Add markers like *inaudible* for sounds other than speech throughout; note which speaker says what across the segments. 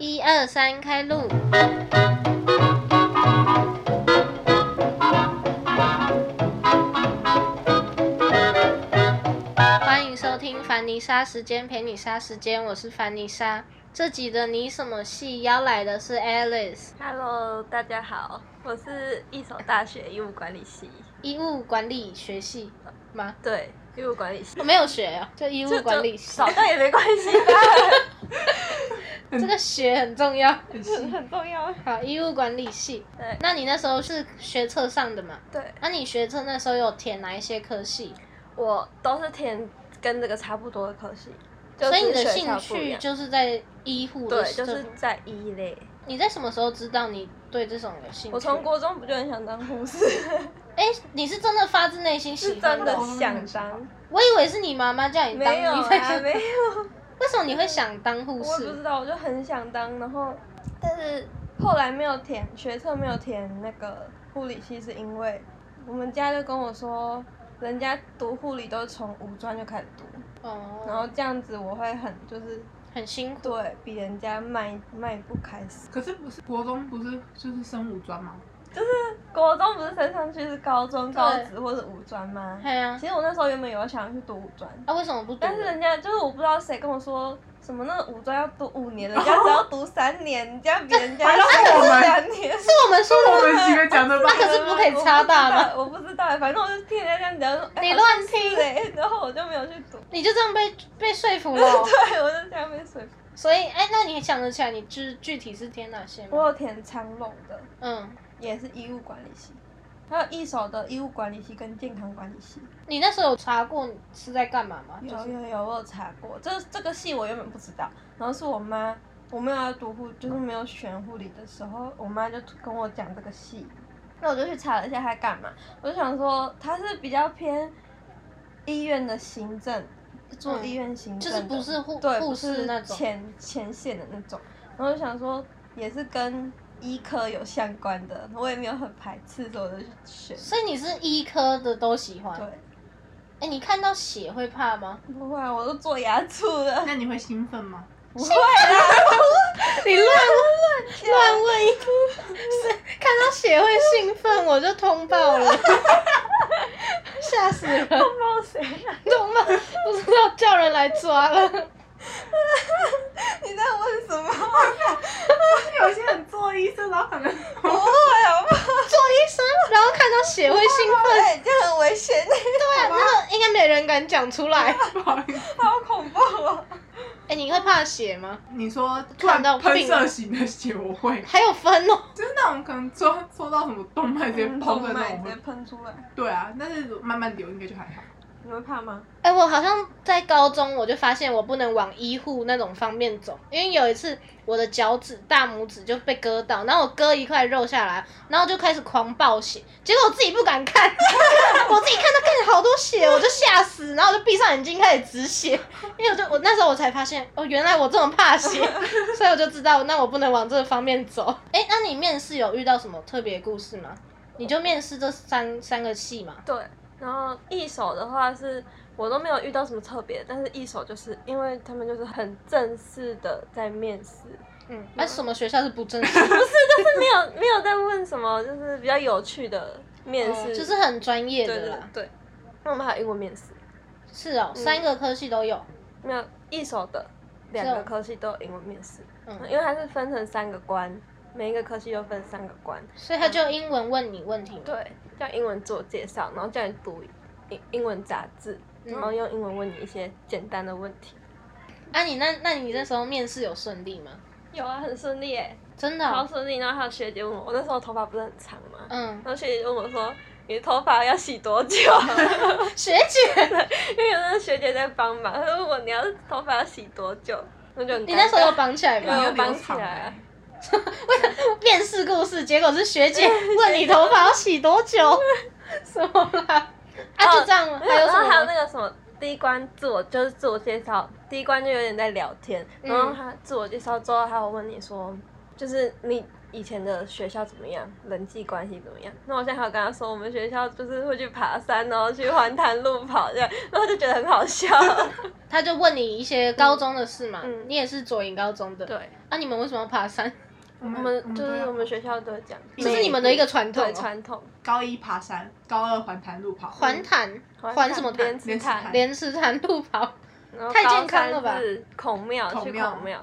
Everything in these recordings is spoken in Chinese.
Speaker 1: 一二三，开路！欢迎收听凡妮莎时间陪你杀时间，我是凡妮莎。这集的你什么戏邀来的是 Alice，
Speaker 2: Hello，大家好，我是一所大学医务管理系，
Speaker 1: 医务管理学系吗？
Speaker 2: 对，医务管理系
Speaker 1: 我，没有学哦，就医务
Speaker 2: 就
Speaker 1: 管理
Speaker 2: 就
Speaker 1: 系
Speaker 2: 少，掉也没关系吧，
Speaker 1: *laughs* 这个学很重要。
Speaker 2: 很很重要。
Speaker 1: 好，医务管理系。
Speaker 2: 对
Speaker 1: 那你那时候是学测上的嘛？
Speaker 2: 对，
Speaker 1: 那你学测那时候有填哪一些科系？
Speaker 2: 我都是填跟这个差不多的科系，就
Speaker 1: 所以你
Speaker 2: 只
Speaker 1: 的
Speaker 2: 是学
Speaker 1: 兴
Speaker 2: 校不一
Speaker 1: 趣
Speaker 2: 样
Speaker 1: 就是在医护的
Speaker 2: 对，
Speaker 1: 这
Speaker 2: 就
Speaker 1: 种
Speaker 2: 是在医类。
Speaker 1: 你在什么时候知道你对这种有兴趣？
Speaker 2: 我从国中不就很想当护
Speaker 1: *laughs*
Speaker 2: 士，
Speaker 1: 哎、你是真的发自内心喜
Speaker 2: 是
Speaker 1: 欢
Speaker 2: 真的
Speaker 1: 吗
Speaker 2: 想当，
Speaker 1: 我以为是你妈妈叫你当，
Speaker 2: 没有
Speaker 1: 你才
Speaker 2: 啊，
Speaker 1: 想。
Speaker 2: 没有。
Speaker 1: *laughs* 为什么你会想当护
Speaker 2: 我也不知
Speaker 1: 士？
Speaker 2: 道，我就很想当，然后但是后来没有填学测，没有填那个护理系，是因为我们家就跟我说，人家读护理都是从五专就开始读，然
Speaker 1: 哦，
Speaker 2: 后这样子我会很就是
Speaker 1: 很辛苦。
Speaker 2: 对比人家慢慢一步开始。
Speaker 3: 可是不是国中不是就是升五专吗？
Speaker 2: 国中不是升上去是高中、
Speaker 1: 对
Speaker 2: 高职或者五专吗？
Speaker 1: 对啊
Speaker 2: 其，实我那时候原本有想要去读五专，
Speaker 3: 哦
Speaker 1: 啊，为什么不读呢？
Speaker 2: 但是人家就是我不知道谁跟我说什么，那个五专要读五
Speaker 3: *laughs*
Speaker 2: 年，人家只要读三年，人家比人家
Speaker 3: 还
Speaker 2: 少
Speaker 3: 要我
Speaker 2: 读
Speaker 3: 们
Speaker 2: 三年。
Speaker 1: 是我们说
Speaker 3: 我
Speaker 1: 的
Speaker 2: *laughs*
Speaker 1: 吗，
Speaker 3: 们几个讲的吧？
Speaker 1: 那可是不可以插大吗？
Speaker 2: 我不知道？我不知道，反正我就听人家这样讲
Speaker 1: *laughs*
Speaker 2: 说，哎
Speaker 1: 你乱
Speaker 2: 好像是哎，然后我就没有去读。 *laughs*
Speaker 1: 你就这样被被说服了。哦
Speaker 2: 对，我就这样被说服。
Speaker 1: 所以，哎、那你想得起来，你就是具体是填哪些吗？
Speaker 2: 我有填长隆的，
Speaker 1: 嗯，
Speaker 2: 也是医务管理系，还有一手的医务管理系跟健康管理系。
Speaker 1: 你那时候有查过你是在干嘛吗？
Speaker 2: 有
Speaker 1: 就是
Speaker 2: 有有，我有查过，这这个系我原本不知道，然后是我妈，我没有要读护，就是没有选护理的时候，我妈就跟我讲这个系，那我就去查了一下它干嘛，我就想说它是比较偏医院的行政，做
Speaker 1: 嗯
Speaker 2: 医院行
Speaker 1: 就
Speaker 2: 政
Speaker 1: 是
Speaker 2: 的、
Speaker 1: 不是护
Speaker 2: 对
Speaker 1: 护
Speaker 2: 不
Speaker 1: 士
Speaker 2: 是
Speaker 1: 那种
Speaker 2: 前前线的那种，然后我就想说也是跟医科有相关的，我也没有很排斥，所以我就去选，
Speaker 1: 所以你是医科的都喜欢。哎、
Speaker 2: 对，
Speaker 1: 你看到血会怕吗？
Speaker 2: 不会啊，我都做牙柱了，
Speaker 3: 那你会兴奋吗？
Speaker 2: 不会啊。
Speaker 1: 你乱问 *laughs* 乱问一通，是看到血会兴奋，我就通报 *laughs* 了，吓死人！
Speaker 2: 不知道谁啊？
Speaker 1: 通报不知道叫人来抓了。
Speaker 2: 你在问什么？
Speaker 3: 有些人做医生，然后可能
Speaker 2: 不会好不好？
Speaker 1: 做医生，然后看到血会兴 *laughs* 奋，
Speaker 2: 哎，这很危险，
Speaker 1: 对，那个应该没人敢讲出来。
Speaker 3: *laughs* 不好意思，
Speaker 2: 好恐怖哦！
Speaker 1: 哎、你会怕血吗？
Speaker 3: 你说突
Speaker 1: 看
Speaker 3: 然
Speaker 1: 到
Speaker 3: 喷
Speaker 1: 病
Speaker 3: 射型的血，我会，
Speaker 1: 还有分哦。
Speaker 3: *laughs* 就是那种可能戳戳到什么动脉直接
Speaker 2: 嗯动
Speaker 3: 喷的
Speaker 2: 脉
Speaker 3: 那
Speaker 2: 直接
Speaker 3: 种。
Speaker 2: 喷出来，
Speaker 3: 对啊，但是慢慢流应该就还好。
Speaker 2: 你会怕吗？
Speaker 1: 哎、我好像在高中我就发现我不能往医护那种方面走，因为有一次我的脚趾大拇指就被割到，然后我割一块肉下来，然后就开始狂暴血，结果我自己不敢看， *laughs* 我自己看到看见好多血，我就吓死，然后我就闭上眼睛开始止血，因为我就我那时候我才发现哦，原来我这么怕血， *laughs* 所以我就知道那我不能往这方面走。哎、那你面试有遇到什么特别故事吗？你就面试这三三个系嘛？
Speaker 2: 对，然后一手的话是我都没有遇到什么特别的，但是一手就是因为他们就是很正式的在面试，
Speaker 1: 嗯，那、什么学校是不正式的？
Speaker 2: 就是没有没有在问什么，就是比较有趣的面
Speaker 1: 哦
Speaker 2: 试，
Speaker 1: 就是很专业
Speaker 2: 对
Speaker 1: 的
Speaker 2: 对嗯
Speaker 1: 啦。
Speaker 2: 对。那我们还有英文面试，
Speaker 1: 是哦，三个科系都有。
Speaker 2: 没有一手的两
Speaker 1: 是
Speaker 2: 个
Speaker 1: 哦
Speaker 2: 科系都有英文面试，
Speaker 1: 嗯，
Speaker 2: 因为它是分成三个关，每一个科系又分三个关，
Speaker 1: 所以他就英文问你问题嘛。
Speaker 2: 嗯对，叫英文做介绍，然后叫你读英英文杂志，
Speaker 1: 嗯
Speaker 2: 然后用英文问你一些简单的问题。
Speaker 1: 啊，你那那你那时候面试有顺利吗？
Speaker 2: 有啊，很顺利耶，
Speaker 1: 真的
Speaker 2: 超
Speaker 1: 哦。
Speaker 2: 顺利。然后还有学姐问我，我那时候头发不是很长嘛，
Speaker 1: 嗯
Speaker 2: 然，后学姐就问我说：“你的头发要洗多久？” *laughs*
Speaker 1: 学姐，
Speaker 2: 因为有那个学姐在帮忙，她问我你要头发要洗多久，我就很
Speaker 1: 你
Speaker 2: 尴
Speaker 1: 那时候有
Speaker 2: 尬
Speaker 1: 绑起来
Speaker 2: 有
Speaker 1: 吗？
Speaker 3: 要
Speaker 2: 绑
Speaker 3: 留
Speaker 2: 起
Speaker 3: 长
Speaker 2: 来
Speaker 3: 欸
Speaker 2: 啊
Speaker 1: 面试故事，结果是学
Speaker 2: *laughs* 哎
Speaker 1: 姐问你头发要洗多久， *laughs* 什么啦？啊，
Speaker 2: 哦
Speaker 1: 就这样吗？
Speaker 2: 没
Speaker 1: *laughs* 还有
Speaker 2: 有然后还有
Speaker 1: 什么
Speaker 2: 那？个什么，第一关自我就是自我介绍，第一关就有点在聊天，
Speaker 1: 嗯
Speaker 2: 然后他自我介绍之后，他有问你说，就是你以前的学校怎么样，人际关系怎么样？那我现在还有跟他说，我们学校就是会去爬山，然后去环潭路跑这样，然后就觉得很
Speaker 1: *laughs*
Speaker 2: 好笑。
Speaker 1: 他就问你一些高中的事嘛，
Speaker 2: 嗯
Speaker 1: 你也是左营高中的，
Speaker 2: 对，
Speaker 1: 啊，你们为什么要爬山？
Speaker 3: 我
Speaker 2: 我
Speaker 3: 们
Speaker 2: 们就是我们学校都会这样，
Speaker 1: 这是你们的一个传统哦
Speaker 2: 对传统。
Speaker 3: 高一爬山，高二环潭路跑，
Speaker 1: 环潭，
Speaker 2: 嗯
Speaker 1: 环什么
Speaker 2: 边
Speaker 1: 潭？
Speaker 2: 吃炭，
Speaker 1: 莲池潭路跑。
Speaker 2: 然后
Speaker 1: 太
Speaker 2: 高
Speaker 1: 健康了吧
Speaker 2: 三是孔庙
Speaker 3: 孔
Speaker 2: 去
Speaker 3: 庙
Speaker 2: 孔庙，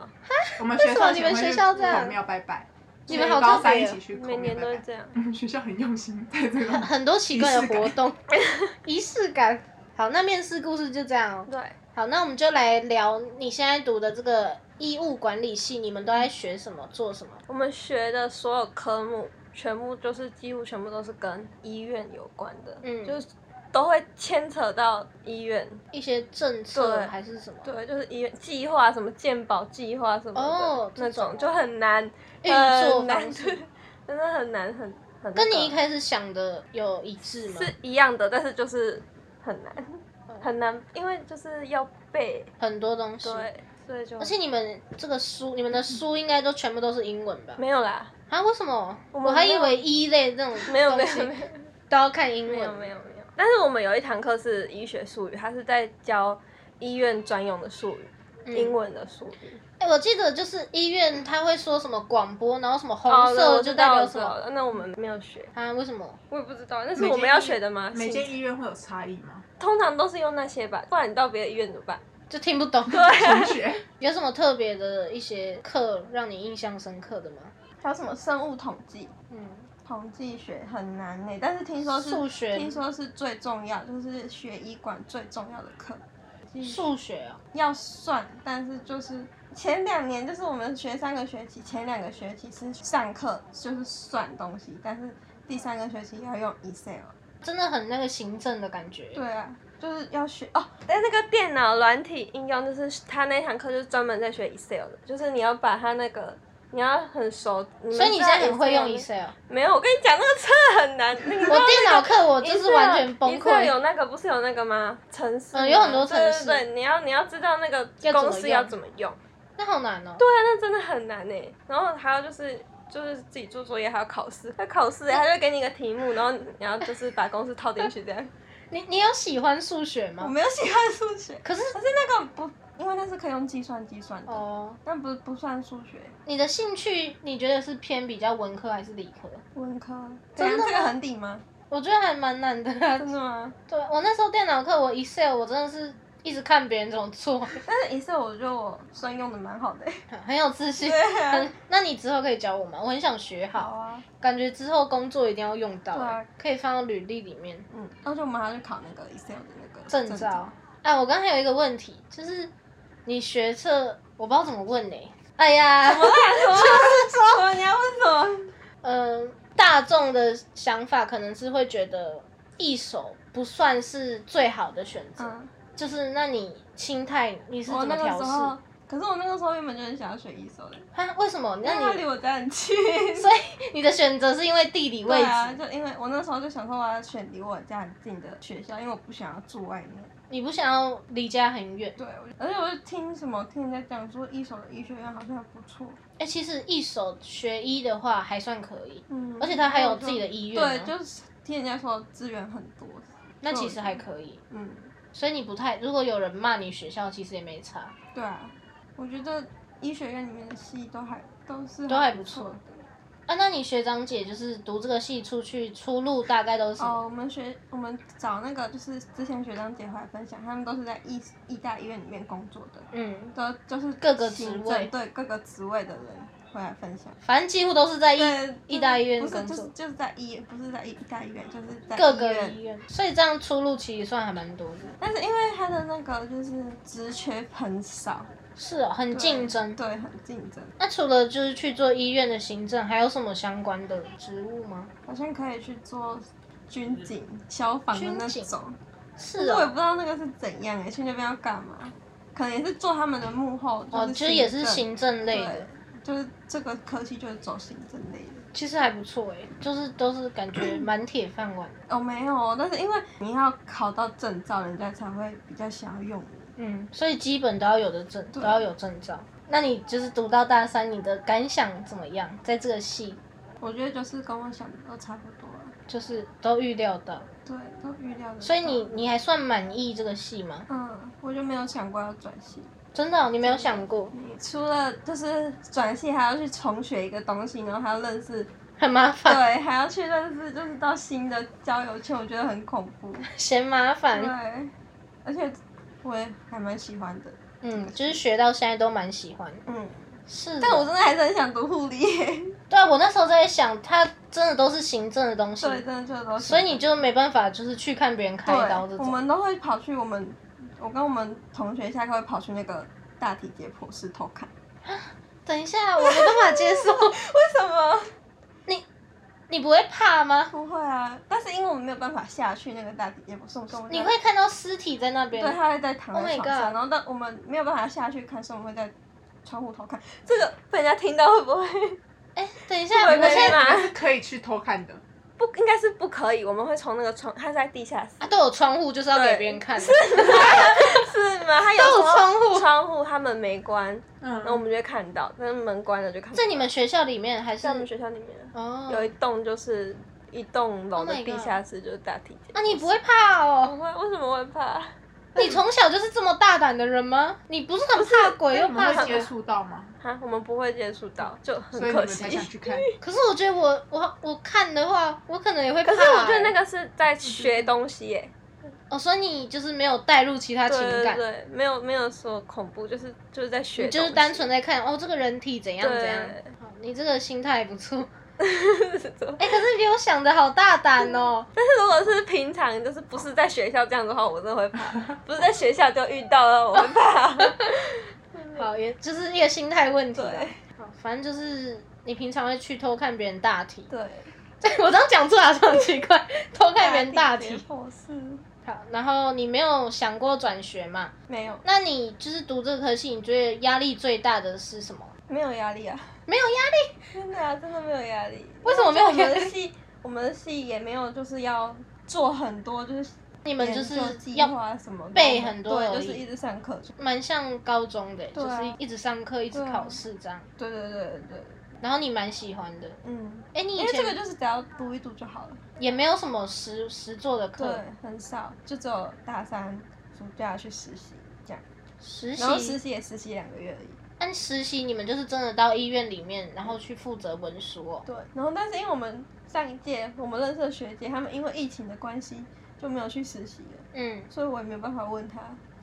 Speaker 3: 我们学校
Speaker 1: 为什么你们
Speaker 3: 前会
Speaker 1: 学校这样
Speaker 3: 去孔庙拜拜，
Speaker 1: 你们
Speaker 3: 所
Speaker 1: 好
Speaker 3: 以
Speaker 1: 特别哦
Speaker 3: 高三一起去
Speaker 2: 每
Speaker 3: 孔庙
Speaker 2: 年都
Speaker 3: 拜
Speaker 2: 是
Speaker 3: 拜。
Speaker 2: 这样。
Speaker 3: *laughs* 我们学校很用心在这个，
Speaker 1: 很多奇怪的活动，仪式感。好，那面试故事就这样哦。
Speaker 2: 对，
Speaker 1: 好，那我们就来聊你现在读的这个医务管理系，你们都在学什么，做什么？
Speaker 2: 我们学的所有科目，全部就是几乎全部都是跟医院有关的，
Speaker 1: 嗯
Speaker 2: 就是都会牵扯到医院，
Speaker 1: 一些政策
Speaker 2: 对
Speaker 1: 还是什么？
Speaker 2: 对，就是医院计划什么健保计划什么的、
Speaker 1: 哦
Speaker 2: 那
Speaker 1: 这种哦
Speaker 2: 种，就很难
Speaker 1: 运作
Speaker 2: 很
Speaker 1: 方
Speaker 2: 呃难，
Speaker 1: 式
Speaker 2: 真的很难很很那个、
Speaker 1: 跟你一开始想的有一致吗？哦
Speaker 2: 是一样的，但是就是很难很难，因为就是要背，
Speaker 1: 很多东西。
Speaker 2: 对，嗯所以就
Speaker 1: 而且你们这个书，你们的书应该都全部都是英文吧？
Speaker 2: 没有啦，
Speaker 1: 啊，为什么？我
Speaker 2: 我们
Speaker 1: 还
Speaker 2: 没
Speaker 1: 以
Speaker 2: 有
Speaker 1: 为医类那种
Speaker 2: 没有没
Speaker 1: 东
Speaker 2: 有
Speaker 1: 西
Speaker 2: 没有。
Speaker 1: 都要看英
Speaker 2: 没有
Speaker 1: 文，
Speaker 2: 没有没有。但是我们有一堂课是医学术语，它是在教医院专用的术语，
Speaker 1: 嗯
Speaker 2: 英文的术语。
Speaker 1: 哎、我记得就是医院他会说什么广播，然后什么红
Speaker 2: 哦，那
Speaker 1: 色
Speaker 2: 我
Speaker 1: 就
Speaker 2: 知
Speaker 1: 代
Speaker 2: 道，
Speaker 1: 表
Speaker 2: 我
Speaker 1: 什
Speaker 2: 知
Speaker 1: 么
Speaker 2: 道了。那我们没有学，
Speaker 1: 啊？为什么？
Speaker 2: 我也不知道。那是我们要学的吗？
Speaker 3: 每间
Speaker 2: 是
Speaker 3: 医院会有差异吗？ *laughs*
Speaker 2: 通常都是用那些吧，不然你到别的医院怎么办？
Speaker 1: 就听不懂。
Speaker 2: 啊
Speaker 3: 同学，
Speaker 1: 有什么特别的一些课让你印象深刻的吗？
Speaker 2: 还有什么生物统计？
Speaker 1: 嗯，
Speaker 2: 统计学很难呢、但是听说是
Speaker 1: 数学
Speaker 2: 听说是最重要，就是学医管最重要的课。
Speaker 1: 数学啊，
Speaker 2: 要算，但是就是前两年就是我们学三个学期，前两个学期是上课就是算东西，但是第三个学期要用 Excel。
Speaker 1: 真的很那个行政的感觉。
Speaker 2: 对啊，就是要学哦。但那个电脑软体应用，就是他那堂课就是专门在学 Excel 的，就是你要把它那个。你要很熟，
Speaker 1: 所以你现在很会用
Speaker 2: 医
Speaker 1: Excel。
Speaker 2: 没有，我跟你讲，那个真的很难。我
Speaker 1: 我电脑课我就是完全崩溃。
Speaker 2: 有那个不是有那个吗？程式吗，啊
Speaker 1: 嗯有很多程式
Speaker 2: 对对对，你要你要知道那个
Speaker 1: 要怎么
Speaker 2: 公式要怎么用。
Speaker 1: 那好难哦。
Speaker 2: 对啊，那真的很难呢。然后还有就是就是自己做作业，还要考试。那考试他就会给你一个题目，然后你你要就是把公式套进去这样。
Speaker 1: 你你有喜欢数学
Speaker 2: *laughs* 我
Speaker 1: 吗？
Speaker 2: 没有喜欢数学，
Speaker 1: 可是
Speaker 2: 可是那个不，因为那是可以用计算计算的，
Speaker 1: 哦，
Speaker 2: 但不不算数学。
Speaker 1: 你的兴趣你觉得是偏比较文科还是理科？
Speaker 2: 文科，
Speaker 1: 真的
Speaker 2: 怎样这
Speaker 1: 吗
Speaker 2: 个很顶吗？
Speaker 1: 我觉得还蛮难的啊、
Speaker 2: 真的吗？
Speaker 1: 对我那时候电脑课，我 Excel 我真的是一直看别人怎么做， *laughs*
Speaker 2: 但是一次我觉得我算用的蛮好的、欸
Speaker 1: 很有自信。
Speaker 2: 对
Speaker 1: 很
Speaker 2: 啊，
Speaker 1: 那你之后可以教我吗？我很想学
Speaker 2: 好
Speaker 1: 好，
Speaker 2: 啊，
Speaker 1: 感觉之后工作一定要用到、欸
Speaker 2: 对啊
Speaker 1: 可以放到履历里面。
Speaker 2: 嗯，而且我们还要去考那个 Excel 的那个
Speaker 1: 证照。哎、我刚才有一个问题，就是你学测，我不知道怎么问呢、哎呀，
Speaker 2: *laughs* 就是说你要问什么？
Speaker 1: 嗯、大众的想法可能是会觉得一手不算是最好的选择，
Speaker 2: 嗯，
Speaker 1: 就是那你心态你是
Speaker 2: 我
Speaker 1: 怎么
Speaker 2: 那个
Speaker 1: 调
Speaker 2: 时候
Speaker 1: 试？，
Speaker 2: 可是我那个时候原本就很想要学 Excel 的，
Speaker 1: 哈，为什么？
Speaker 2: 因为
Speaker 1: 那
Speaker 2: 它离
Speaker 1: 你
Speaker 2: 我家很近。
Speaker 1: 所以你的选择是因为地理位
Speaker 2: 对
Speaker 1: 置，
Speaker 2: 啊，就因为我那时候就想说我要选离我家很近的学校，因为我不想要住外面。
Speaker 1: 你不想要离家很远。
Speaker 2: 对，我就而且我就听什么听人家讲说一手的医学院好像不错，
Speaker 1: 哎、其实一手学医的话还算可以，
Speaker 2: 嗯，
Speaker 1: 而且它还有自己的医院啊
Speaker 2: 对，就是听人家说资源很多，
Speaker 1: 那其实还可以。
Speaker 2: 嗯，
Speaker 1: 所以你不太，如果有人骂你学校，其实也没差。
Speaker 2: 对啊，我觉得医学院里面的系都还都是
Speaker 1: 都还不
Speaker 2: 不
Speaker 1: 错
Speaker 2: 错的。
Speaker 1: 啊，那你学长姐就是读这个系出去出路大概都是什么？
Speaker 2: 哦，我们学我们找那个就是之前学长姐回来分享，他们都是在医医大医院里面工作的，
Speaker 1: 嗯，
Speaker 2: 都就是
Speaker 1: 各个职
Speaker 2: 行政
Speaker 1: 位
Speaker 2: 对各个职位的人回来分享。
Speaker 1: 反正几乎都是在医
Speaker 2: 对，
Speaker 1: 医大医院
Speaker 2: 不是
Speaker 1: 工
Speaker 2: 就
Speaker 1: 作，
Speaker 2: 是就是在医，不是在医大医院，就是在
Speaker 1: 各
Speaker 2: 医
Speaker 1: 个医
Speaker 2: 院。
Speaker 1: 院，所以这样出路其实算还蛮
Speaker 2: *laughs*
Speaker 1: 多的。
Speaker 2: 但是因为他的那个就是职缺很少，
Speaker 1: 是哦，很
Speaker 2: 对
Speaker 1: 竞争。
Speaker 2: 对，很竞争。
Speaker 1: 那除了就是去做医院的行政，还有什么相关的职务吗？
Speaker 2: 好像可以去做军警、消防的
Speaker 1: 军
Speaker 2: 那
Speaker 1: 警
Speaker 2: 种，但
Speaker 1: 是
Speaker 2: 是我也
Speaker 1: 哦，
Speaker 2: 不知道那个是怎样哎、去那边要干嘛？可能也是做他们的幕后，就是、
Speaker 1: 哦，其实也是行政类的
Speaker 2: 对。，就是这个科系就是走行政类的。
Speaker 1: 其实还不错哎，就是都是感
Speaker 2: *clears throat*
Speaker 1: 觉蛮铁饭碗。
Speaker 2: 哦，没有，但是因为你要考到证照，人家才会比较想要用你。
Speaker 1: 嗯，所以基本都要有的证，都
Speaker 2: 对
Speaker 1: 要有证照。那你就是读到大三，你的感想怎么样？在这个系
Speaker 2: 我觉得就是跟我想的都差不多了，
Speaker 1: 就是都预料到，
Speaker 2: 对，都预料得到。
Speaker 1: 所以你你还算满意这个系吗？
Speaker 2: 嗯，我就没有想过要转系，
Speaker 1: 真的哦、你没有想过，
Speaker 2: 除了就是转系还要去重学一个东西，然后还要
Speaker 1: *laughs*
Speaker 2: 认识，
Speaker 1: 很麻
Speaker 2: 对
Speaker 1: 烦，，
Speaker 2: 还要去认识，就是到新的交友圈，我觉得很恐怖。
Speaker 1: 嫌麻
Speaker 2: 对
Speaker 1: 烦。，
Speaker 2: 而且我也还蛮喜欢的，
Speaker 1: 嗯，就是学到现在都蛮喜欢。
Speaker 2: 嗯，
Speaker 1: 是，
Speaker 2: 但我真的还是很想读护理耶，
Speaker 1: 对啊我那时候在想，它真的都是行政的东西，
Speaker 2: 对，真的就都喜欢。
Speaker 1: 所以你就没办法就是去看别人开刀这
Speaker 2: 对，我
Speaker 1: 种。
Speaker 2: 们都会跑去我们，我跟我们同学下课会跑去那个大体解剖室偷看。
Speaker 1: 等一下，我没办法接受，
Speaker 2: 为什么？
Speaker 1: 你不会怕吗？
Speaker 2: 不会啊，但是因为我们没有办法下去那个大体解剖室，所以我们
Speaker 1: 你会看到尸体在那边，
Speaker 2: 对，他会在躺
Speaker 1: Oh
Speaker 2: 在
Speaker 1: my
Speaker 2: 床上
Speaker 1: god
Speaker 2: 然后但我们没有办法下去看，所以我们会在窗户偷看。这个被人家听到会不会？
Speaker 1: 哎，等一下，我
Speaker 2: 会被
Speaker 1: 现在
Speaker 2: 骂
Speaker 3: 是可以去偷看的，
Speaker 2: 不，应该是不可以。我们会从那个窗，它是在地下室，
Speaker 1: 啊都有窗户，就是要给
Speaker 2: 对
Speaker 1: 别人看的。
Speaker 2: 是吗？它有
Speaker 1: 都有
Speaker 2: 时候
Speaker 1: 窗户
Speaker 2: 窗户他们没关，
Speaker 3: 嗯
Speaker 2: 然后我们就会看到，但是门关了就看不
Speaker 1: *laughs*
Speaker 2: 到。
Speaker 1: 在你们学校里面还是
Speaker 2: 在我们学校里面
Speaker 1: 哦？
Speaker 2: 有一栋就是一栋楼
Speaker 1: Oh
Speaker 2: 的
Speaker 1: my
Speaker 2: 地
Speaker 1: god
Speaker 2: 下室，就是大体检。
Speaker 1: 啊，你不会怕
Speaker 2: 不
Speaker 1: 哦？
Speaker 2: 会？为什么会怕？
Speaker 1: 你从小就是这么大胆的人吗？你不是很怕鬼又
Speaker 3: 那你们
Speaker 1: 怕
Speaker 3: 会
Speaker 1: 什
Speaker 3: 接
Speaker 1: 么？
Speaker 3: 触到吗？
Speaker 2: 哈，我们不会接触到，就很
Speaker 3: 所以你
Speaker 2: 可
Speaker 3: 们
Speaker 2: 惜
Speaker 3: 才。想
Speaker 2: *laughs*
Speaker 3: 去看。
Speaker 1: 可是我觉得我我我看的话，我可能也会怕
Speaker 2: 可
Speaker 1: 欸。
Speaker 2: 是我觉得那个是在学东西耶，
Speaker 1: 哦，所以你就是没有带入其他情
Speaker 2: 对对
Speaker 1: 感，
Speaker 2: 对，没有没有说恐怖，就是就是在学
Speaker 1: 你
Speaker 2: 东西，
Speaker 1: 就是单纯在看哦，这个人体怎样怎样
Speaker 2: 对。
Speaker 1: 好你这个心态也不错，
Speaker 2: 是这种。
Speaker 1: 哎，可是比我想的好大胆哦。
Speaker 2: 但是如果是平常，就是不是在学校这样子的话，我真的会怕；不是在学校就遇到了，我会怕。
Speaker 1: 好，也就是一个心态问题啦
Speaker 2: 对。
Speaker 1: 好，反正就是你平常会去偷看别人大体， *laughs*
Speaker 2: 对，
Speaker 1: 我刚讲出来好像很奇怪，偷看别人大体。
Speaker 2: 剖是
Speaker 1: 好，然后你没有想过转学嘛？
Speaker 2: 没有
Speaker 1: 那你就是读这科系，你觉得压力最大的是什么？
Speaker 2: 没有压力啊。
Speaker 1: 没有压力，
Speaker 2: 真的啊，真的没有压力。
Speaker 1: 为什么没有压力
Speaker 2: 我们的戏，我们的戏也没有就是要做很多，就是
Speaker 1: 你们
Speaker 2: 研
Speaker 1: 就是
Speaker 2: 究计
Speaker 1: 要
Speaker 2: 划什么的
Speaker 1: 背很多
Speaker 2: 对，
Speaker 1: 而
Speaker 2: 就
Speaker 1: 已
Speaker 2: 是一直上课去。
Speaker 1: 蛮像高中的、
Speaker 2: 对啊
Speaker 1: 就是一直上课，一直
Speaker 2: 对啊
Speaker 1: 考试这样。
Speaker 2: 对对对对对，
Speaker 1: 然后你蛮喜欢的，
Speaker 2: 嗯，
Speaker 1: 哎，你
Speaker 2: 因
Speaker 1: 以
Speaker 2: 为
Speaker 1: 前
Speaker 2: 这个就是只要读一读就好了。
Speaker 1: 也没有什么实实做的
Speaker 2: 对
Speaker 1: 课，，
Speaker 2: 很少，就只有大三暑假去实习这样，
Speaker 1: 实
Speaker 2: 然后实
Speaker 1: 习，
Speaker 2: 习也实习两个月而已。
Speaker 1: 按实习你们就是真的到医院里面，然后去负责文书哦。
Speaker 2: 对，然后但是因为我们上一届我们认识的学姐，他们因为疫情的关系就没有去实习了，
Speaker 1: 嗯，
Speaker 2: 所以我也没有办法问她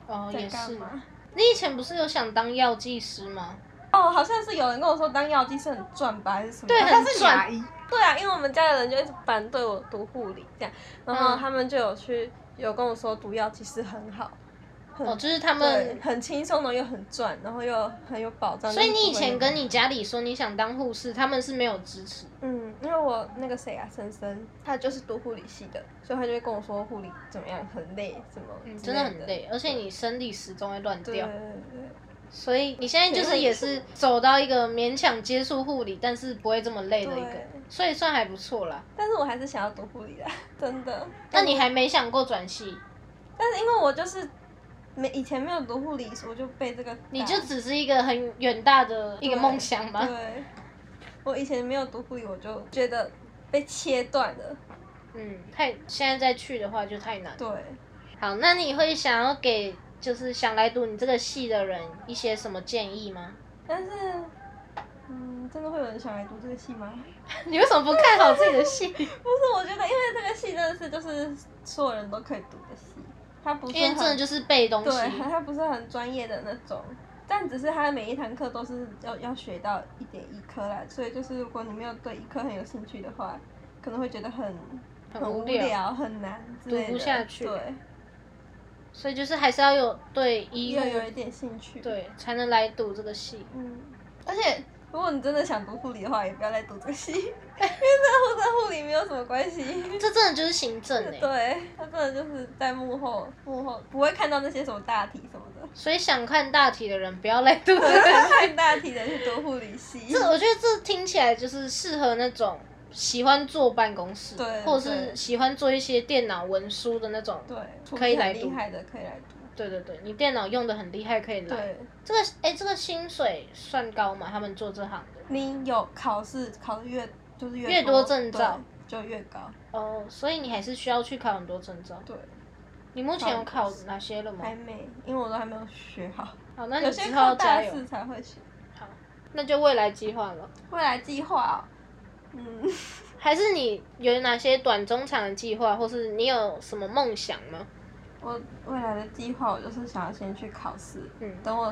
Speaker 1: 哦，
Speaker 2: 在
Speaker 1: 也
Speaker 2: 干
Speaker 1: 是。
Speaker 2: 嘛。
Speaker 1: 你以前不是有想当药剂师吗？
Speaker 2: 哦，好像是有人跟我说当药剂是很赚吧，还是什么？
Speaker 1: 对
Speaker 3: 好
Speaker 2: 好像
Speaker 3: 像
Speaker 1: 很
Speaker 3: 是
Speaker 1: 赚
Speaker 3: 牙医，
Speaker 2: 对啊，因为我们家的人就一直反对我读护理这样，然
Speaker 1: 嗯
Speaker 2: 后他们就有去有跟我说读药剂师很好，很、
Speaker 1: 哦，就是他
Speaker 2: 对
Speaker 1: 们，
Speaker 2: 很轻松的又很赚，然后又很有保障。
Speaker 1: 所以
Speaker 2: 就是
Speaker 1: 你以
Speaker 2: 嗯不会啊
Speaker 1: 前
Speaker 2: 那
Speaker 1: 跟
Speaker 2: 么
Speaker 1: 你家里说你想当护士，他们是没有支持。
Speaker 2: 嗯，因为我那个谁啊，森森，他就是读护理系的，所以他就会跟我说护理怎么样很累，怎么
Speaker 1: 嗯，
Speaker 2: 之
Speaker 1: 真的
Speaker 2: 类
Speaker 1: 很累，而且你生理时钟会乱
Speaker 2: 对
Speaker 1: 掉
Speaker 2: 对，对对
Speaker 1: 所以你现在就是也是走到一个勉强接触护理，但是不会这么累的一个
Speaker 2: 对，
Speaker 1: 所以算还不错啦。
Speaker 2: 但是我还是想要读护理的， *laughs* 真的。
Speaker 1: 那你还没想过转系，
Speaker 2: 但是因为我就是没以前没有读护理，我就被这个
Speaker 1: 你
Speaker 2: 打
Speaker 1: 就只是一个很远大的一个
Speaker 2: 啊对
Speaker 1: 梦想吗？
Speaker 2: 对，我以前没有读护理，我就觉得被切断了。
Speaker 1: 嗯，太现在再去的话就太难。
Speaker 2: 对，
Speaker 1: 好，那你会想要给就是想来读你这个系的人一些什么建议吗？
Speaker 2: 但是，嗯，真的会有人想来读这个系吗？
Speaker 1: 你为什么不看好自己的戏？
Speaker 2: 不是，我觉得因为这个系真的是就是所有人都可以读的系，它不是
Speaker 1: 因为
Speaker 2: 很
Speaker 1: 真的就是背东西。
Speaker 2: 对，它不是很专业的那种。但只是它每一堂课都是要要学到一点医科啦，所以就是如果你没有对医科很有兴趣的话，可能会觉得很
Speaker 1: 很
Speaker 2: 无
Speaker 1: 无聊
Speaker 2: 聊、很难之
Speaker 1: 读
Speaker 2: 类的，
Speaker 1: 不下去
Speaker 2: 对，
Speaker 1: 所以就是还是要有对医护
Speaker 2: 要有一点兴趣。
Speaker 1: 对才能来读这个戏。
Speaker 2: 嗯，而且如果你真的想读护理的话，也不要再读这个系，因为这个护跟护理没有什么关系。
Speaker 1: 这真的就是行政哎、
Speaker 2: 嗯对，他真的就是在幕后，幕后不会看到那些什么大题什么
Speaker 1: *laughs*
Speaker 2: 的，
Speaker 1: 所以想看大体的人不要来读这
Speaker 2: 对，
Speaker 1: 个。
Speaker 2: 看大题的是读护理系。
Speaker 1: 这我觉得这听起来就是适合那种喜欢坐办公室，
Speaker 2: 对
Speaker 1: 或者是
Speaker 2: 对
Speaker 1: 喜欢做一些电脑文书的那种。
Speaker 2: 对，
Speaker 1: 可以来
Speaker 2: 很
Speaker 1: 读
Speaker 2: 厉害的可以来读。
Speaker 1: 对对对，你电脑用的很厉害，可以来。
Speaker 2: 对，
Speaker 1: 这个哎，这个薪水算高吗？他们做这行的
Speaker 2: 你有考试考的越就是越
Speaker 1: 越多证照
Speaker 2: 对就越高，
Speaker 1: 哦所以你还是需要去考很多证照。
Speaker 2: 对，
Speaker 1: 你目前有
Speaker 2: 考
Speaker 1: 考
Speaker 2: 很多
Speaker 1: 哪些了吗？
Speaker 2: 还没，因为我都还没有学好，
Speaker 1: 好，那
Speaker 2: 有
Speaker 1: 你
Speaker 2: 些
Speaker 1: 之
Speaker 2: 靠
Speaker 1: 后
Speaker 2: 大
Speaker 1: 加油。
Speaker 2: 四才会学。
Speaker 1: 那就未来计划了，
Speaker 2: 未来计划、哦，嗯，
Speaker 1: 还是你有哪些短中长的计划，或是你有什么梦想吗？
Speaker 2: 我未来的计划我就是想要先去考试，
Speaker 1: 嗯
Speaker 2: 等我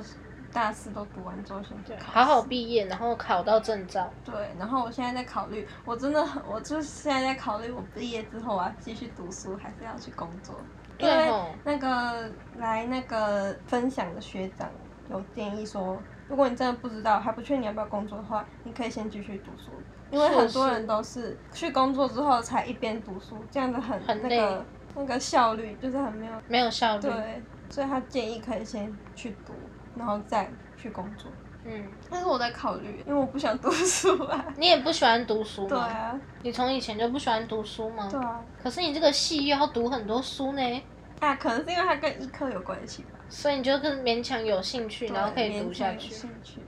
Speaker 2: 大四都读完之后先去考试，
Speaker 1: 好好毕业，然后考到证照。
Speaker 2: 对，然后我现在在考虑，我真的很，我就是现在在考虑，我毕业之后我要继续读书，还是要去工作？因
Speaker 1: 对
Speaker 2: 为
Speaker 1: 吼
Speaker 2: 那个来那个分享的学长有建议说，如果你真的不知道还不确定你要不要工作的话，你可以先继续读书，因为
Speaker 1: 是
Speaker 2: 很多
Speaker 1: 是
Speaker 2: 人都是去工作之后才一边读书，这样子很
Speaker 1: 很
Speaker 2: 那
Speaker 1: 累
Speaker 2: 个那个效率就是很没有
Speaker 1: 没有效率。
Speaker 2: 对，所以他建议可以先去读，然后再去工作。
Speaker 1: 嗯，
Speaker 2: 但是我在考虑，因为我不想读书 *laughs* 啊。
Speaker 1: 你也不喜欢读书吗？
Speaker 2: 对啊，
Speaker 1: 你从以前就不喜欢读书吗？
Speaker 2: 对啊，
Speaker 1: 可是你这个系又要读很多书呢，
Speaker 2: 啊，可能是因为它跟医科有关系吧。
Speaker 1: 所以你就更勉强有兴趣，然后可以
Speaker 2: 对
Speaker 1: 读
Speaker 2: 勉强
Speaker 1: 下
Speaker 2: 有
Speaker 1: 去。
Speaker 2: 兴趣。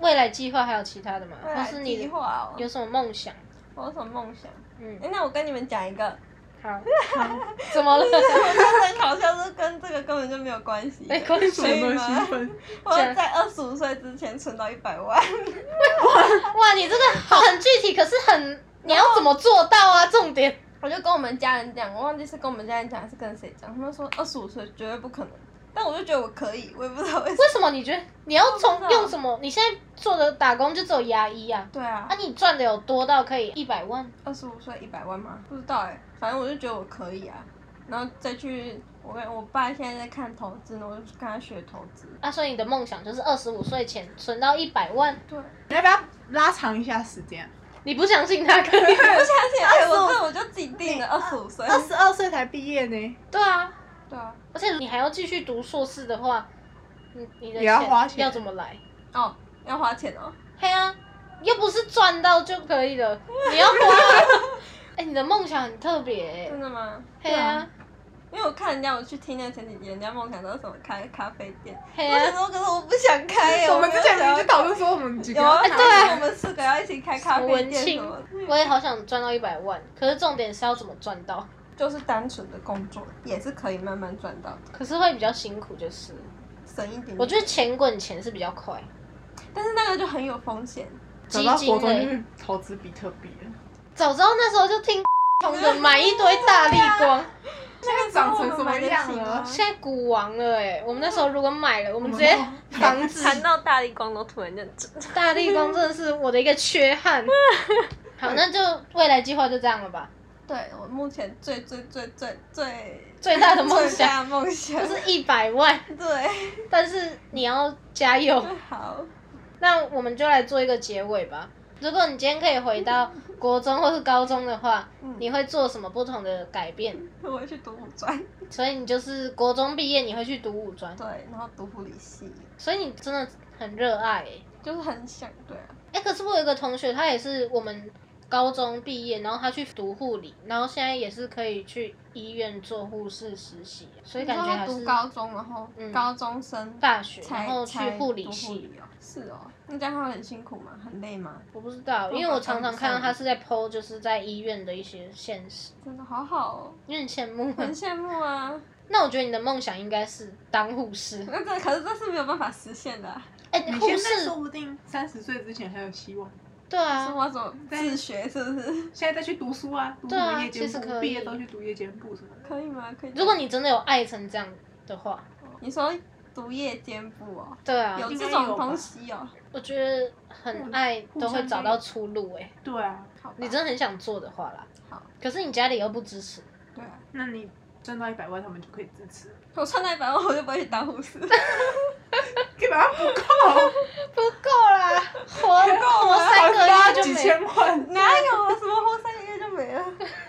Speaker 1: 未来计划还有其他的吗？
Speaker 2: 未
Speaker 1: 或
Speaker 2: 来
Speaker 1: 是
Speaker 2: 计
Speaker 1: 你
Speaker 2: 划哦，
Speaker 1: 有什么梦想？
Speaker 2: 我有什么梦想？
Speaker 1: 嗯
Speaker 2: 哎、，那我跟你们讲一个， *laughs*
Speaker 1: 好，好怎么了？
Speaker 2: 真的很搞笑，就是跟这个根本就没有关系。
Speaker 1: 没哎关系
Speaker 3: 什。么东西分？
Speaker 2: *laughs* 我要在二十五岁之前存到一百万，
Speaker 1: 哇，你这个好很具体，可是很你
Speaker 2: 哦
Speaker 1: 要怎么做到啊？重点
Speaker 2: 我就跟我们家人讲，我忘记是跟我们家人讲还是跟谁讲，他们说二十五岁绝对不可能，但我就觉得我可以，我也不知道为什么。
Speaker 1: 为什么你觉得你要
Speaker 2: 我不知
Speaker 1: 从
Speaker 2: 道
Speaker 1: 用什么？你现在做的打工就只有牙医啊？
Speaker 2: 对啊
Speaker 1: 啊，，你赚的有多到可以一百万？
Speaker 2: 二十五岁一百万吗？不知道哎、反正我就觉得我可以啊，然后再去我跟我爸现在在看投资呢，我就去跟他学投资。
Speaker 1: 啊，所以你的梦想就是二十五岁前存到一百万？
Speaker 2: 对，
Speaker 3: *laughs* 你要不要拉长一下时间？
Speaker 1: 你不相信他可以？
Speaker 2: *laughs* 我相信，哎、
Speaker 3: 25
Speaker 2: 我这我就自己定了二十五岁。
Speaker 3: *laughs* 二十二岁才毕业呢，
Speaker 1: 对啊，
Speaker 2: 对啊，
Speaker 1: 而且你还要继续读硕士的话，你你的
Speaker 3: 也要花钱
Speaker 1: 要怎么来？
Speaker 2: 哦，要花钱哦。
Speaker 1: 嘿啊，又不是赚到就可以了，你要
Speaker 2: *laughs*
Speaker 1: 花。哎、你的梦想很特别、欸
Speaker 2: 真，的吗？
Speaker 1: 嘿啊，
Speaker 2: 因为我看人家，我去听那前几集，人家梦想都是什么开咖啡店，
Speaker 1: 嘿
Speaker 2: 我想
Speaker 1: 啊，
Speaker 2: 说，可是我不想开
Speaker 3: *laughs*
Speaker 2: 耶。
Speaker 3: 哦我们
Speaker 2: 没
Speaker 3: 之
Speaker 2: 有
Speaker 3: 前
Speaker 2: 想
Speaker 3: 明
Speaker 2: 要
Speaker 3: 明就讨论说我们几个
Speaker 2: 有啊，
Speaker 3: 要
Speaker 1: 哎
Speaker 3: 打
Speaker 1: 对啊
Speaker 2: 我们四个要一起开咖啡
Speaker 1: 文
Speaker 2: 店
Speaker 1: 青
Speaker 2: 什么的，
Speaker 1: 我也好想赚到一百万，可是重点是要怎么赚到，
Speaker 2: 就是单纯的工作也是可以慢慢赚到的，
Speaker 1: 可是会比较辛苦，就是
Speaker 2: 省一点点。
Speaker 1: 我觉得钱滚钱是比较快，
Speaker 2: 但是那个就很有风险。
Speaker 3: 找到
Speaker 1: 基金
Speaker 3: 活动就
Speaker 1: 类。
Speaker 3: 是投资比特币了，
Speaker 1: 早知道那时候就听同的买一堆大力光，
Speaker 3: *laughs* 现在长成什么样了？
Speaker 1: 现在股王了哎、我们那时候如果买了，我们直接房子
Speaker 2: 谈到大力光都突然认真。
Speaker 1: 大力光真的是我的一个缺憾。好，那就未来计划就这样了吧。
Speaker 2: 对我目前最最最最最
Speaker 1: 最大的梦
Speaker 2: 最
Speaker 1: 想
Speaker 2: 大的梦想
Speaker 1: 就是一百万，
Speaker 2: 对，
Speaker 1: 但是你要加油。
Speaker 2: 好，
Speaker 1: 那我们就来做一个结尾吧。如果你今天可以回到国中或是高中的话，
Speaker 2: 嗯
Speaker 1: 你会做什么不同的改变？
Speaker 2: 我会去读武专，
Speaker 1: 所以你就是国中毕业，你会去读五专，
Speaker 2: 对，然后读护理系，
Speaker 1: 所以你真的很热爱、欸。
Speaker 2: 就是很想对啊，
Speaker 1: 哎、可是我有一个同学，他也是我们高中毕业，然后他去读护理，然后现在也是可以去医院做护士实习，所以感觉
Speaker 2: 你说他
Speaker 1: 还
Speaker 2: 读
Speaker 1: 是
Speaker 2: 高中，然后
Speaker 1: 嗯
Speaker 2: 高中生
Speaker 1: 大学，
Speaker 2: 才
Speaker 1: 然后去
Speaker 2: 才
Speaker 1: 护理
Speaker 2: 读
Speaker 1: 系。
Speaker 2: 哦，是哦，那这样他会很辛苦吗？很累吗？
Speaker 1: 我不知道，因为我
Speaker 2: 我好像
Speaker 1: 常常
Speaker 2: 不
Speaker 1: 看到
Speaker 2: 上
Speaker 1: 他是在 PO，就是在医院的一些现实，
Speaker 2: 真的好好哦，
Speaker 1: 有点羡慕。
Speaker 2: 很羡慕啊。
Speaker 1: 那我觉得你的梦想应该是当护
Speaker 3: *laughs*
Speaker 1: 士。
Speaker 2: 那这可是这是没有办法实现的、啊，
Speaker 1: 哎、
Speaker 3: *laughs* 你
Speaker 1: 护
Speaker 3: 现在
Speaker 1: 士
Speaker 3: 说，不定三十岁之前还有希望，
Speaker 1: 对
Speaker 2: 是
Speaker 1: 啊，
Speaker 2: 我要怎么自学？是不是？ *laughs*
Speaker 3: 现在再去读书啊，读什
Speaker 1: 对啊
Speaker 3: 么夜间
Speaker 1: 其实可
Speaker 3: 部，
Speaker 1: 以
Speaker 3: 毕业都去读夜间部什么的。
Speaker 2: 可以吗？可以。
Speaker 1: 如果你真的有爱成这样的话，
Speaker 2: 你说读夜间部哦，
Speaker 1: 对啊，
Speaker 2: 有
Speaker 3: 应该
Speaker 2: 这种
Speaker 3: 有吧
Speaker 2: 东西哦。
Speaker 1: 我觉得很
Speaker 3: 互
Speaker 1: 爱
Speaker 3: 互
Speaker 1: 都会
Speaker 3: 相
Speaker 1: 找
Speaker 3: 都
Speaker 1: 到
Speaker 3: 有
Speaker 1: 出路、欸。哎，
Speaker 3: 对啊，
Speaker 2: 好吧
Speaker 1: 你真的很想做的话啦，
Speaker 2: 好，
Speaker 1: 可是你家里又不支持，
Speaker 2: 对啊，
Speaker 3: 那你赚到一百万，他们就可以支持。
Speaker 2: 我穿那一百万我就不会去当护
Speaker 1: *laughs*
Speaker 2: 士，
Speaker 3: 一百万不够，
Speaker 1: 不够啦， *laughs* 活活三个
Speaker 3: 花
Speaker 1: 月就
Speaker 3: 几
Speaker 1: 没了。
Speaker 3: 千万，
Speaker 2: 哪有啊？什么活三个月就没了？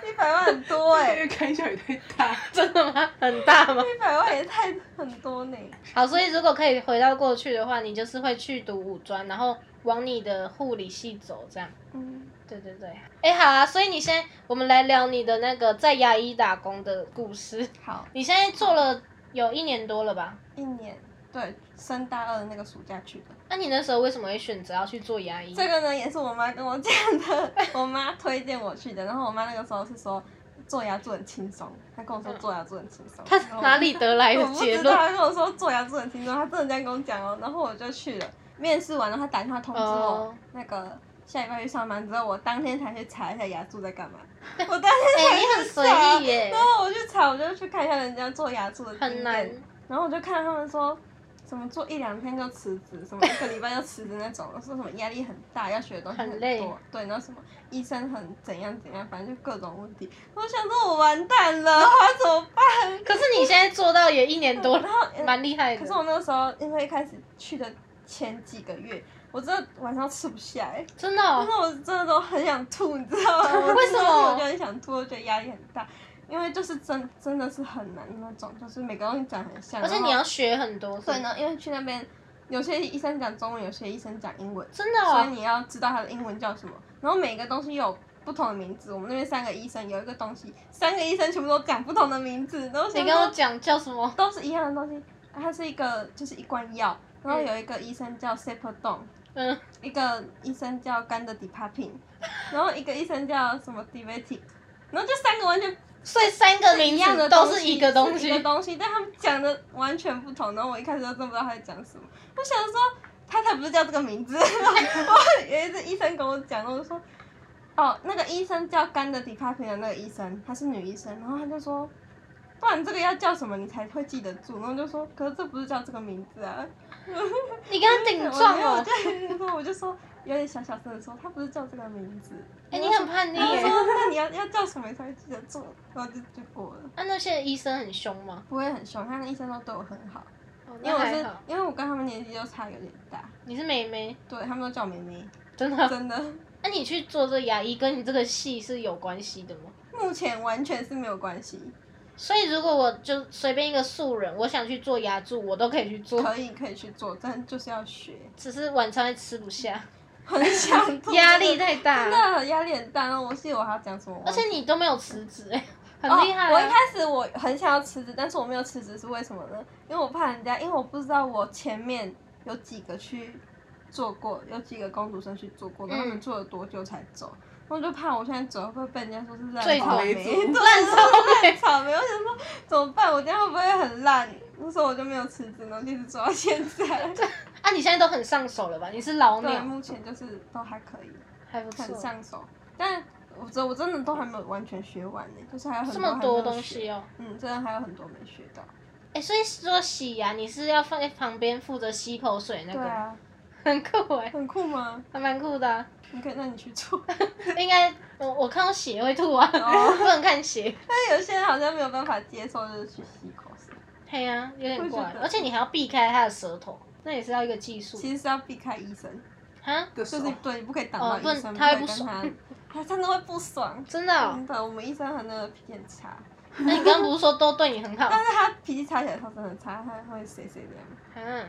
Speaker 2: 一百万很多
Speaker 3: 这
Speaker 2: 哎、
Speaker 3: 个
Speaker 1: *laughs*
Speaker 3: 月开销也太大。
Speaker 1: 真的吗？很大吗？
Speaker 2: 一百万也太很多呢、
Speaker 1: 好，所以如果可以回到过去的话，你就是会去读五专，然后往你的护理系走，这样。
Speaker 2: 嗯，
Speaker 1: 对对对，哎，好啊，所以你现在我们来聊你的那个在牙医打工的故事。 *laughs*
Speaker 2: 好，
Speaker 1: 你现在做了有一年多了吧？
Speaker 2: 一年，对，升大二的那个暑假去的。
Speaker 1: 那你那时候为什么会选择要去做牙医？
Speaker 2: 这个呢，也是我妈跟我讲的， *laughs* 我妈推荐我去的。然后我妈那个时候是说做牙做很轻松，她跟我说做牙做很轻松。
Speaker 1: 他
Speaker 2: 然后
Speaker 1: *laughs*
Speaker 2: 我
Speaker 1: 哪里得来
Speaker 2: 我
Speaker 1: 的
Speaker 2: 不
Speaker 1: 结
Speaker 2: 知道，
Speaker 1: 论？
Speaker 2: 他跟我说做牙做很轻松，他真的这样跟我讲哦，然后我就去了。面试完了，他打电话通知我
Speaker 1: 哦
Speaker 2: *laughs* 那个下礼拜去上班，之后我当天才去查一下牙柱在干
Speaker 1: *laughs*
Speaker 2: 嘛。我当天
Speaker 1: 哎、
Speaker 2: 才
Speaker 1: 你很
Speaker 2: 去查，
Speaker 1: 随意
Speaker 2: *laughs*
Speaker 1: 耶
Speaker 2: 然，后我去查，我就去看一下人家做牙柱的
Speaker 1: 很
Speaker 2: 经
Speaker 1: 难
Speaker 2: 验。然后我就看他们说，什么做一两天就辞职，什么一个礼拜就辞职那种，说什么压力很大，要学的东西
Speaker 1: 很
Speaker 2: 很
Speaker 1: 累
Speaker 2: 多，对，然后什么医生很怎样怎样，反正就各种问题。我想说，我完蛋了，我要怎么办？
Speaker 1: 可是你现在做到也一年多
Speaker 2: *laughs*
Speaker 1: 了
Speaker 2: 然，后，呃
Speaker 1: 蛮厉害
Speaker 2: 可是
Speaker 1: 的。
Speaker 2: 我那个时候因为一开始去的前几个月，我真的晚上吃不下哎、欸，
Speaker 1: 真的
Speaker 2: 但
Speaker 1: 哦、
Speaker 2: 是我真的都很想吐，你知
Speaker 1: *laughs*
Speaker 2: 道吗？我
Speaker 1: 为什么
Speaker 2: 真的我就很想吐，我觉得压力很大。因为就是真真的是很难那种，就是每个东西长很像，
Speaker 1: 而且
Speaker 2: 然后
Speaker 1: 你要学很多，
Speaker 2: 对呢，因为去那边有些医生讲中文，有些医生讲英文，
Speaker 1: 真的
Speaker 2: 所以
Speaker 1: 哦、
Speaker 2: 你要知道它的英文叫什么。然后每个东西有不同的名字，我们那边三个医生有一个东西，三个医生全部都讲不同的名字，然后
Speaker 1: 你
Speaker 2: 想
Speaker 1: 跟我
Speaker 2: 说
Speaker 1: 讲叫什么？
Speaker 2: 都是一样的东西。啊它是一个就是一罐药，然后
Speaker 1: 嗯
Speaker 2: 有一个医生叫 s e p a d o n
Speaker 1: 嗯，
Speaker 2: 一个医生叫干的 d i p a p i n 然后一个医生叫什么 diabetic，然后这三个完全
Speaker 1: 所以三个
Speaker 2: 一
Speaker 1: 名
Speaker 2: 样
Speaker 1: 字
Speaker 2: 的
Speaker 1: 都
Speaker 2: 东
Speaker 1: 是
Speaker 2: 西
Speaker 1: 一个东
Speaker 2: 一个
Speaker 1: 西，
Speaker 2: 东西，但他们讲的完全不同。然后我一开始都真不知道他在讲什么，我想说他才不是叫这个名字。 *laughs* 然后我有一次医生跟我讲，我就说，哦，那个医生叫干的 d e p a r t 的那个医生，她是女医生，然后他就说。不然这个要叫什么你才会记得住？然后我就说，可是这不是叫这个名字啊！
Speaker 1: 你跟他顶撞
Speaker 2: 我
Speaker 1: 哦、
Speaker 2: 就然后我就说，有点小小声的说，他不是叫这个名字。
Speaker 1: 哎、你很叛逆
Speaker 2: 然后
Speaker 1: 耶、
Speaker 2: 说，那你要要叫什么你才会记得住？然后就就过了。
Speaker 1: 那、那些医生很凶吗？
Speaker 2: 不会很凶，他那医生都对我很好，
Speaker 1: 哦
Speaker 2: 因为
Speaker 1: 那
Speaker 2: 我
Speaker 1: 还
Speaker 2: 是
Speaker 1: 好，
Speaker 2: 因为我跟他们年纪就差有点大，
Speaker 1: 你是妹妹，
Speaker 2: 对他们都叫我妹妹，
Speaker 1: *laughs* 真的。
Speaker 2: 真的，
Speaker 1: 那、你去做这个牙医，跟你这个戏是有关系的吗？
Speaker 2: 目前完全是没有关系，
Speaker 1: 所以如果我就随便一个素人，我想去做牙柱，我都可以去做，
Speaker 2: 可以可以去做，但就是要学，
Speaker 1: 只是晚餐会吃不下，
Speaker 2: 很想做
Speaker 1: 压力太
Speaker 2: 真
Speaker 1: 大，
Speaker 2: 的压力很大，然后我记得我还要讲什么，
Speaker 1: 而且你都没有辞职、哎，很
Speaker 2: 我忘
Speaker 1: 厉
Speaker 2: 记
Speaker 1: 害、啊
Speaker 2: 哦我一开始我很想要辞职，但是我没有辞职是为什么呢？因为我怕人家，因为我不知道我前面有几个去做过，有几个公主生去做过，然后他们
Speaker 1: 嗯
Speaker 2: 做了多久才走。我就怕我现在走会被人家说是烂
Speaker 1: 最
Speaker 2: 草莓，
Speaker 3: 草莓族
Speaker 2: *laughs* 对
Speaker 1: 烂草莓
Speaker 2: 烂草莓。我想说怎么办？我这样会不会很烂？那时候我就没有辞职，然后一直做到现在。
Speaker 1: 啊，你现在都很上手了吧？你是老
Speaker 2: 对，
Speaker 1: 鸟，
Speaker 2: 目前就是都还可以，
Speaker 1: 还不
Speaker 2: 很
Speaker 1: 错，
Speaker 2: 上手。但我真我真的都还没有完全学完呢，就是还有很
Speaker 1: 这
Speaker 2: 多
Speaker 1: 么
Speaker 2: 还没
Speaker 1: 多
Speaker 2: 有
Speaker 1: 东
Speaker 2: 学
Speaker 1: 西哦、
Speaker 2: 嗯，真的还有很多没学到。
Speaker 1: 哎、所以说洗牙，你是要放在旁边负责吸口水那
Speaker 2: 对
Speaker 1: 个，
Speaker 2: 啊，
Speaker 1: 很酷哎、
Speaker 2: 很酷吗？
Speaker 1: 还蛮酷的啊、
Speaker 2: 你嗯可以，那你去做。 *laughs*
Speaker 1: 应该我我看到血会吐啊，
Speaker 2: 哦
Speaker 1: *laughs* 不能看血。
Speaker 2: 但有些人好像没有办法接受，就是去吸口水，
Speaker 1: 嘿呀、有点
Speaker 2: 会
Speaker 1: 怪
Speaker 2: 觉，得
Speaker 1: 而且你还要避开他的舌头，那也是要一个技术
Speaker 2: 其实是要避开医生，
Speaker 1: 哈，
Speaker 3: 的
Speaker 2: 就
Speaker 3: 手
Speaker 2: 是对，你不可以挡
Speaker 1: 哦
Speaker 2: 到
Speaker 1: 不
Speaker 2: 医
Speaker 1: 能
Speaker 2: 生，
Speaker 1: 他
Speaker 2: 可
Speaker 1: 会不
Speaker 2: 以跟他，他真的会不爽。
Speaker 1: 真的哦、
Speaker 2: 真的，我们医生他那个脾气很差，
Speaker 1: 那你刚刚不是说都对你很
Speaker 2: *laughs*
Speaker 1: 好？啊
Speaker 2: 但是他脾气差起来的时候真的很差，他会谁谁这样。
Speaker 1: 嗯，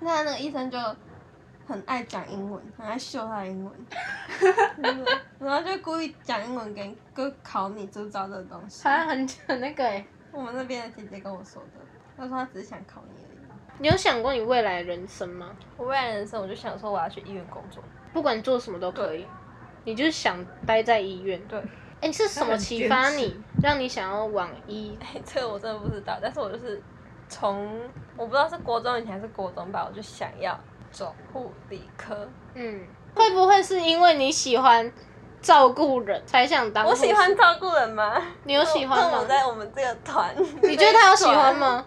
Speaker 2: 那他那个医生就很爱讲英文，很爱秀他的英 *laughs* 文，真的然后就故意讲英文给你，就考你知不知道这个东西
Speaker 1: 好。像很很那个哎、
Speaker 2: 我们那边的姐姐跟我说的，她说她只是想考你而已。
Speaker 1: 你有想过你未来人生吗？
Speaker 2: 我未来人生，我就想说我要去医院工作。
Speaker 1: 不管做什么都可以，你就是想待在医院。
Speaker 2: 对，
Speaker 1: 哎、你是什么启发你，让你想要往医？
Speaker 2: 哎这个我真的不知道，但是我就是从我不知道是国中以前还是国中吧，我就想要走护理科。
Speaker 1: 嗯，会不会是因为你喜欢照顾人才想当？
Speaker 2: 我喜欢，照顾人吗？
Speaker 1: 啊你有喜欢
Speaker 2: 那我
Speaker 1: 吗？
Speaker 2: 在我们这个团，
Speaker 1: *laughs* 你觉得他有喜欢？吗？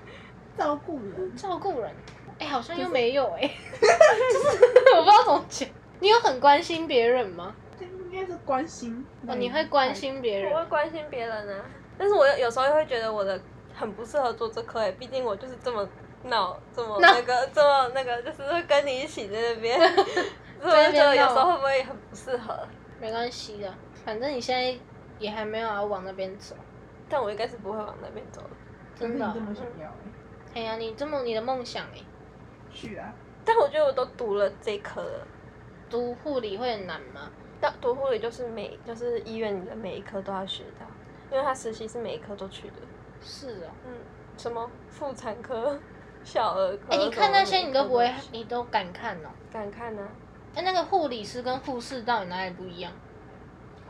Speaker 3: 照顾人，
Speaker 1: 照顾人，哎、好像又没有
Speaker 3: *laughs*
Speaker 1: 哎、就是 *laughs* 我不知道怎么讲。你有很关心别人吗？
Speaker 3: 这应该是关心。
Speaker 1: 哦，你会关心别
Speaker 2: 我会
Speaker 1: 人，
Speaker 2: 关心别人啊，但是我有有时候会觉得我的很不适合做这科诶、毕竟我就是这么闹，这么
Speaker 1: 闹
Speaker 2: 那个，这么那个，就是会跟你一起在那
Speaker 1: *laughs*
Speaker 2: 边，所以我就觉得有时候会不会很不适合？
Speaker 1: 没关系的，反正你现在也还没有要往那边走，
Speaker 2: 但我应该是不会往那边走的。
Speaker 1: 真的
Speaker 3: 可是你这么想要
Speaker 1: 哎
Speaker 3: 欸，
Speaker 1: 呀，你这么你的梦想哎、
Speaker 3: 去啊！
Speaker 2: 但我觉得我都读了这一科了，
Speaker 1: 读护理会很难吗？
Speaker 2: 到读护理就是每就是医院里的每一科都要学到，因为他实习是每一科都去的。
Speaker 1: 是哦，
Speaker 2: 嗯，什么妇产
Speaker 1: *laughs*
Speaker 2: 科、小儿科。
Speaker 1: 哎、你看那些你都不会
Speaker 2: 什么科，
Speaker 1: 你都敢看哦。
Speaker 2: 敢看啊？
Speaker 1: 哎、那个护理师跟护士到底哪里不一样？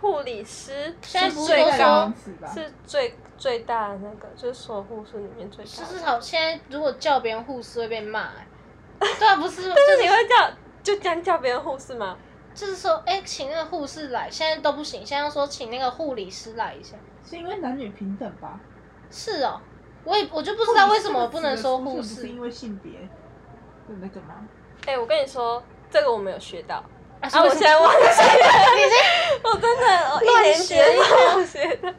Speaker 2: 护理师
Speaker 1: 现在
Speaker 2: 是
Speaker 1: 不是
Speaker 2: 最
Speaker 1: 都
Speaker 2: 高
Speaker 1: 说
Speaker 3: 名词吧？
Speaker 2: 是最最大的那个，就是所有护士里面最大
Speaker 1: 就
Speaker 2: 的。
Speaker 1: 是
Speaker 3: 哦
Speaker 1: 好，现在如果叫别人护士会被骂、
Speaker 3: *laughs*
Speaker 1: 哎对啊，不是，就
Speaker 2: 就是
Speaker 1: 是
Speaker 2: 你会叫就这样叫别人护士吗？
Speaker 1: 就是说，哎、请那个护士来，现在都不行，现在要说请那个护理师来一下。
Speaker 3: 是因为男女平等吧？
Speaker 1: 是哦，我也我就不知道为什么我不能说
Speaker 3: 护
Speaker 1: 护
Speaker 3: 士这个词
Speaker 1: 士
Speaker 3: 的出现不是因为性别的那个吗？
Speaker 2: 哎、我跟你说，这个我没有学到。
Speaker 1: 啊
Speaker 2: 啊！我现在忘记
Speaker 1: *laughs* 你已经
Speaker 2: 了，我真
Speaker 1: *laughs*
Speaker 2: 的我一年级没有学到。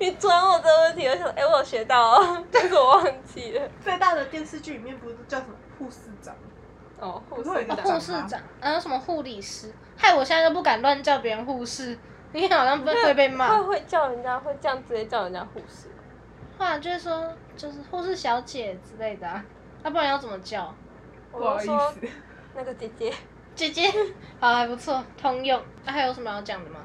Speaker 2: 你转我这个问题，我想，哎、我有学到哦，但是我忘记了。
Speaker 3: 最大的电视剧里面不是叫什么护士长？
Speaker 2: 哦，护
Speaker 3: 不会
Speaker 2: 士
Speaker 3: 的
Speaker 2: 长，
Speaker 1: 护士长，啊然后什么护理师，害我现在都不敢乱叫别人护士，你好像不会被 *laughs*
Speaker 2: 会
Speaker 1: 骂。
Speaker 2: 会叫人家会这样直接叫人家护士，
Speaker 1: 话啊就是说，就是护士小姐之类的、啊，要、不然要怎么叫？
Speaker 2: 我
Speaker 3: 不好
Speaker 2: 就
Speaker 3: 意
Speaker 2: 说
Speaker 3: 思，
Speaker 2: 那个姐姐。
Speaker 1: 姐姐， *laughs* 好还不错，通用。那、还有什么要讲的吗？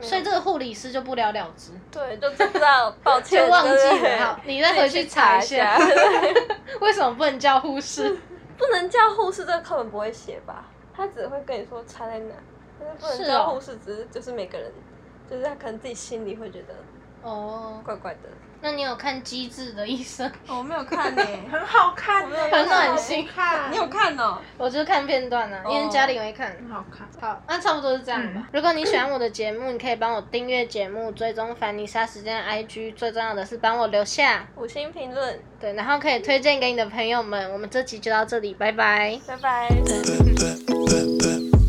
Speaker 1: 所以这个护理师就不了了之，
Speaker 2: 对，就知道，抱歉，
Speaker 1: 就忘记
Speaker 2: 对
Speaker 1: 了。
Speaker 2: 不对
Speaker 1: 好，你再回去查一下
Speaker 2: 自己去查一下 *laughs*
Speaker 1: *laughs* 为什么不能叫护士？
Speaker 2: 不能叫护士，这个课本不会写吧？他只会跟你说差在哪，但是不能
Speaker 1: 是
Speaker 2: 叫
Speaker 1: 哦
Speaker 2: 护士，只是就是每个人，就是他可能自己心里会觉得
Speaker 1: 哦，
Speaker 2: 怪怪的。
Speaker 1: 那你有看《机智的医生》？ *laughs*
Speaker 2: 哦我没有看 *laughs* 呢、
Speaker 3: 很好看
Speaker 2: 我
Speaker 3: 欸，
Speaker 2: 没有
Speaker 1: 很暖心
Speaker 3: 看，
Speaker 2: 看哦、
Speaker 1: 我就看片段啊，因为家里会看。
Speaker 3: 很好看。
Speaker 1: 好，那差不多是这样
Speaker 2: 嗯
Speaker 1: 吧。如果你喜欢我的节目，你可以帮我订阅节目，追踪凡妮莎时间的 IG。最重要的是帮我留下，
Speaker 2: 五星评论，
Speaker 1: 对，然后可以推荐给你的朋友们。我们这期就到这里，拜拜。
Speaker 2: 拜拜。
Speaker 4: Bip, bip, bip, bip.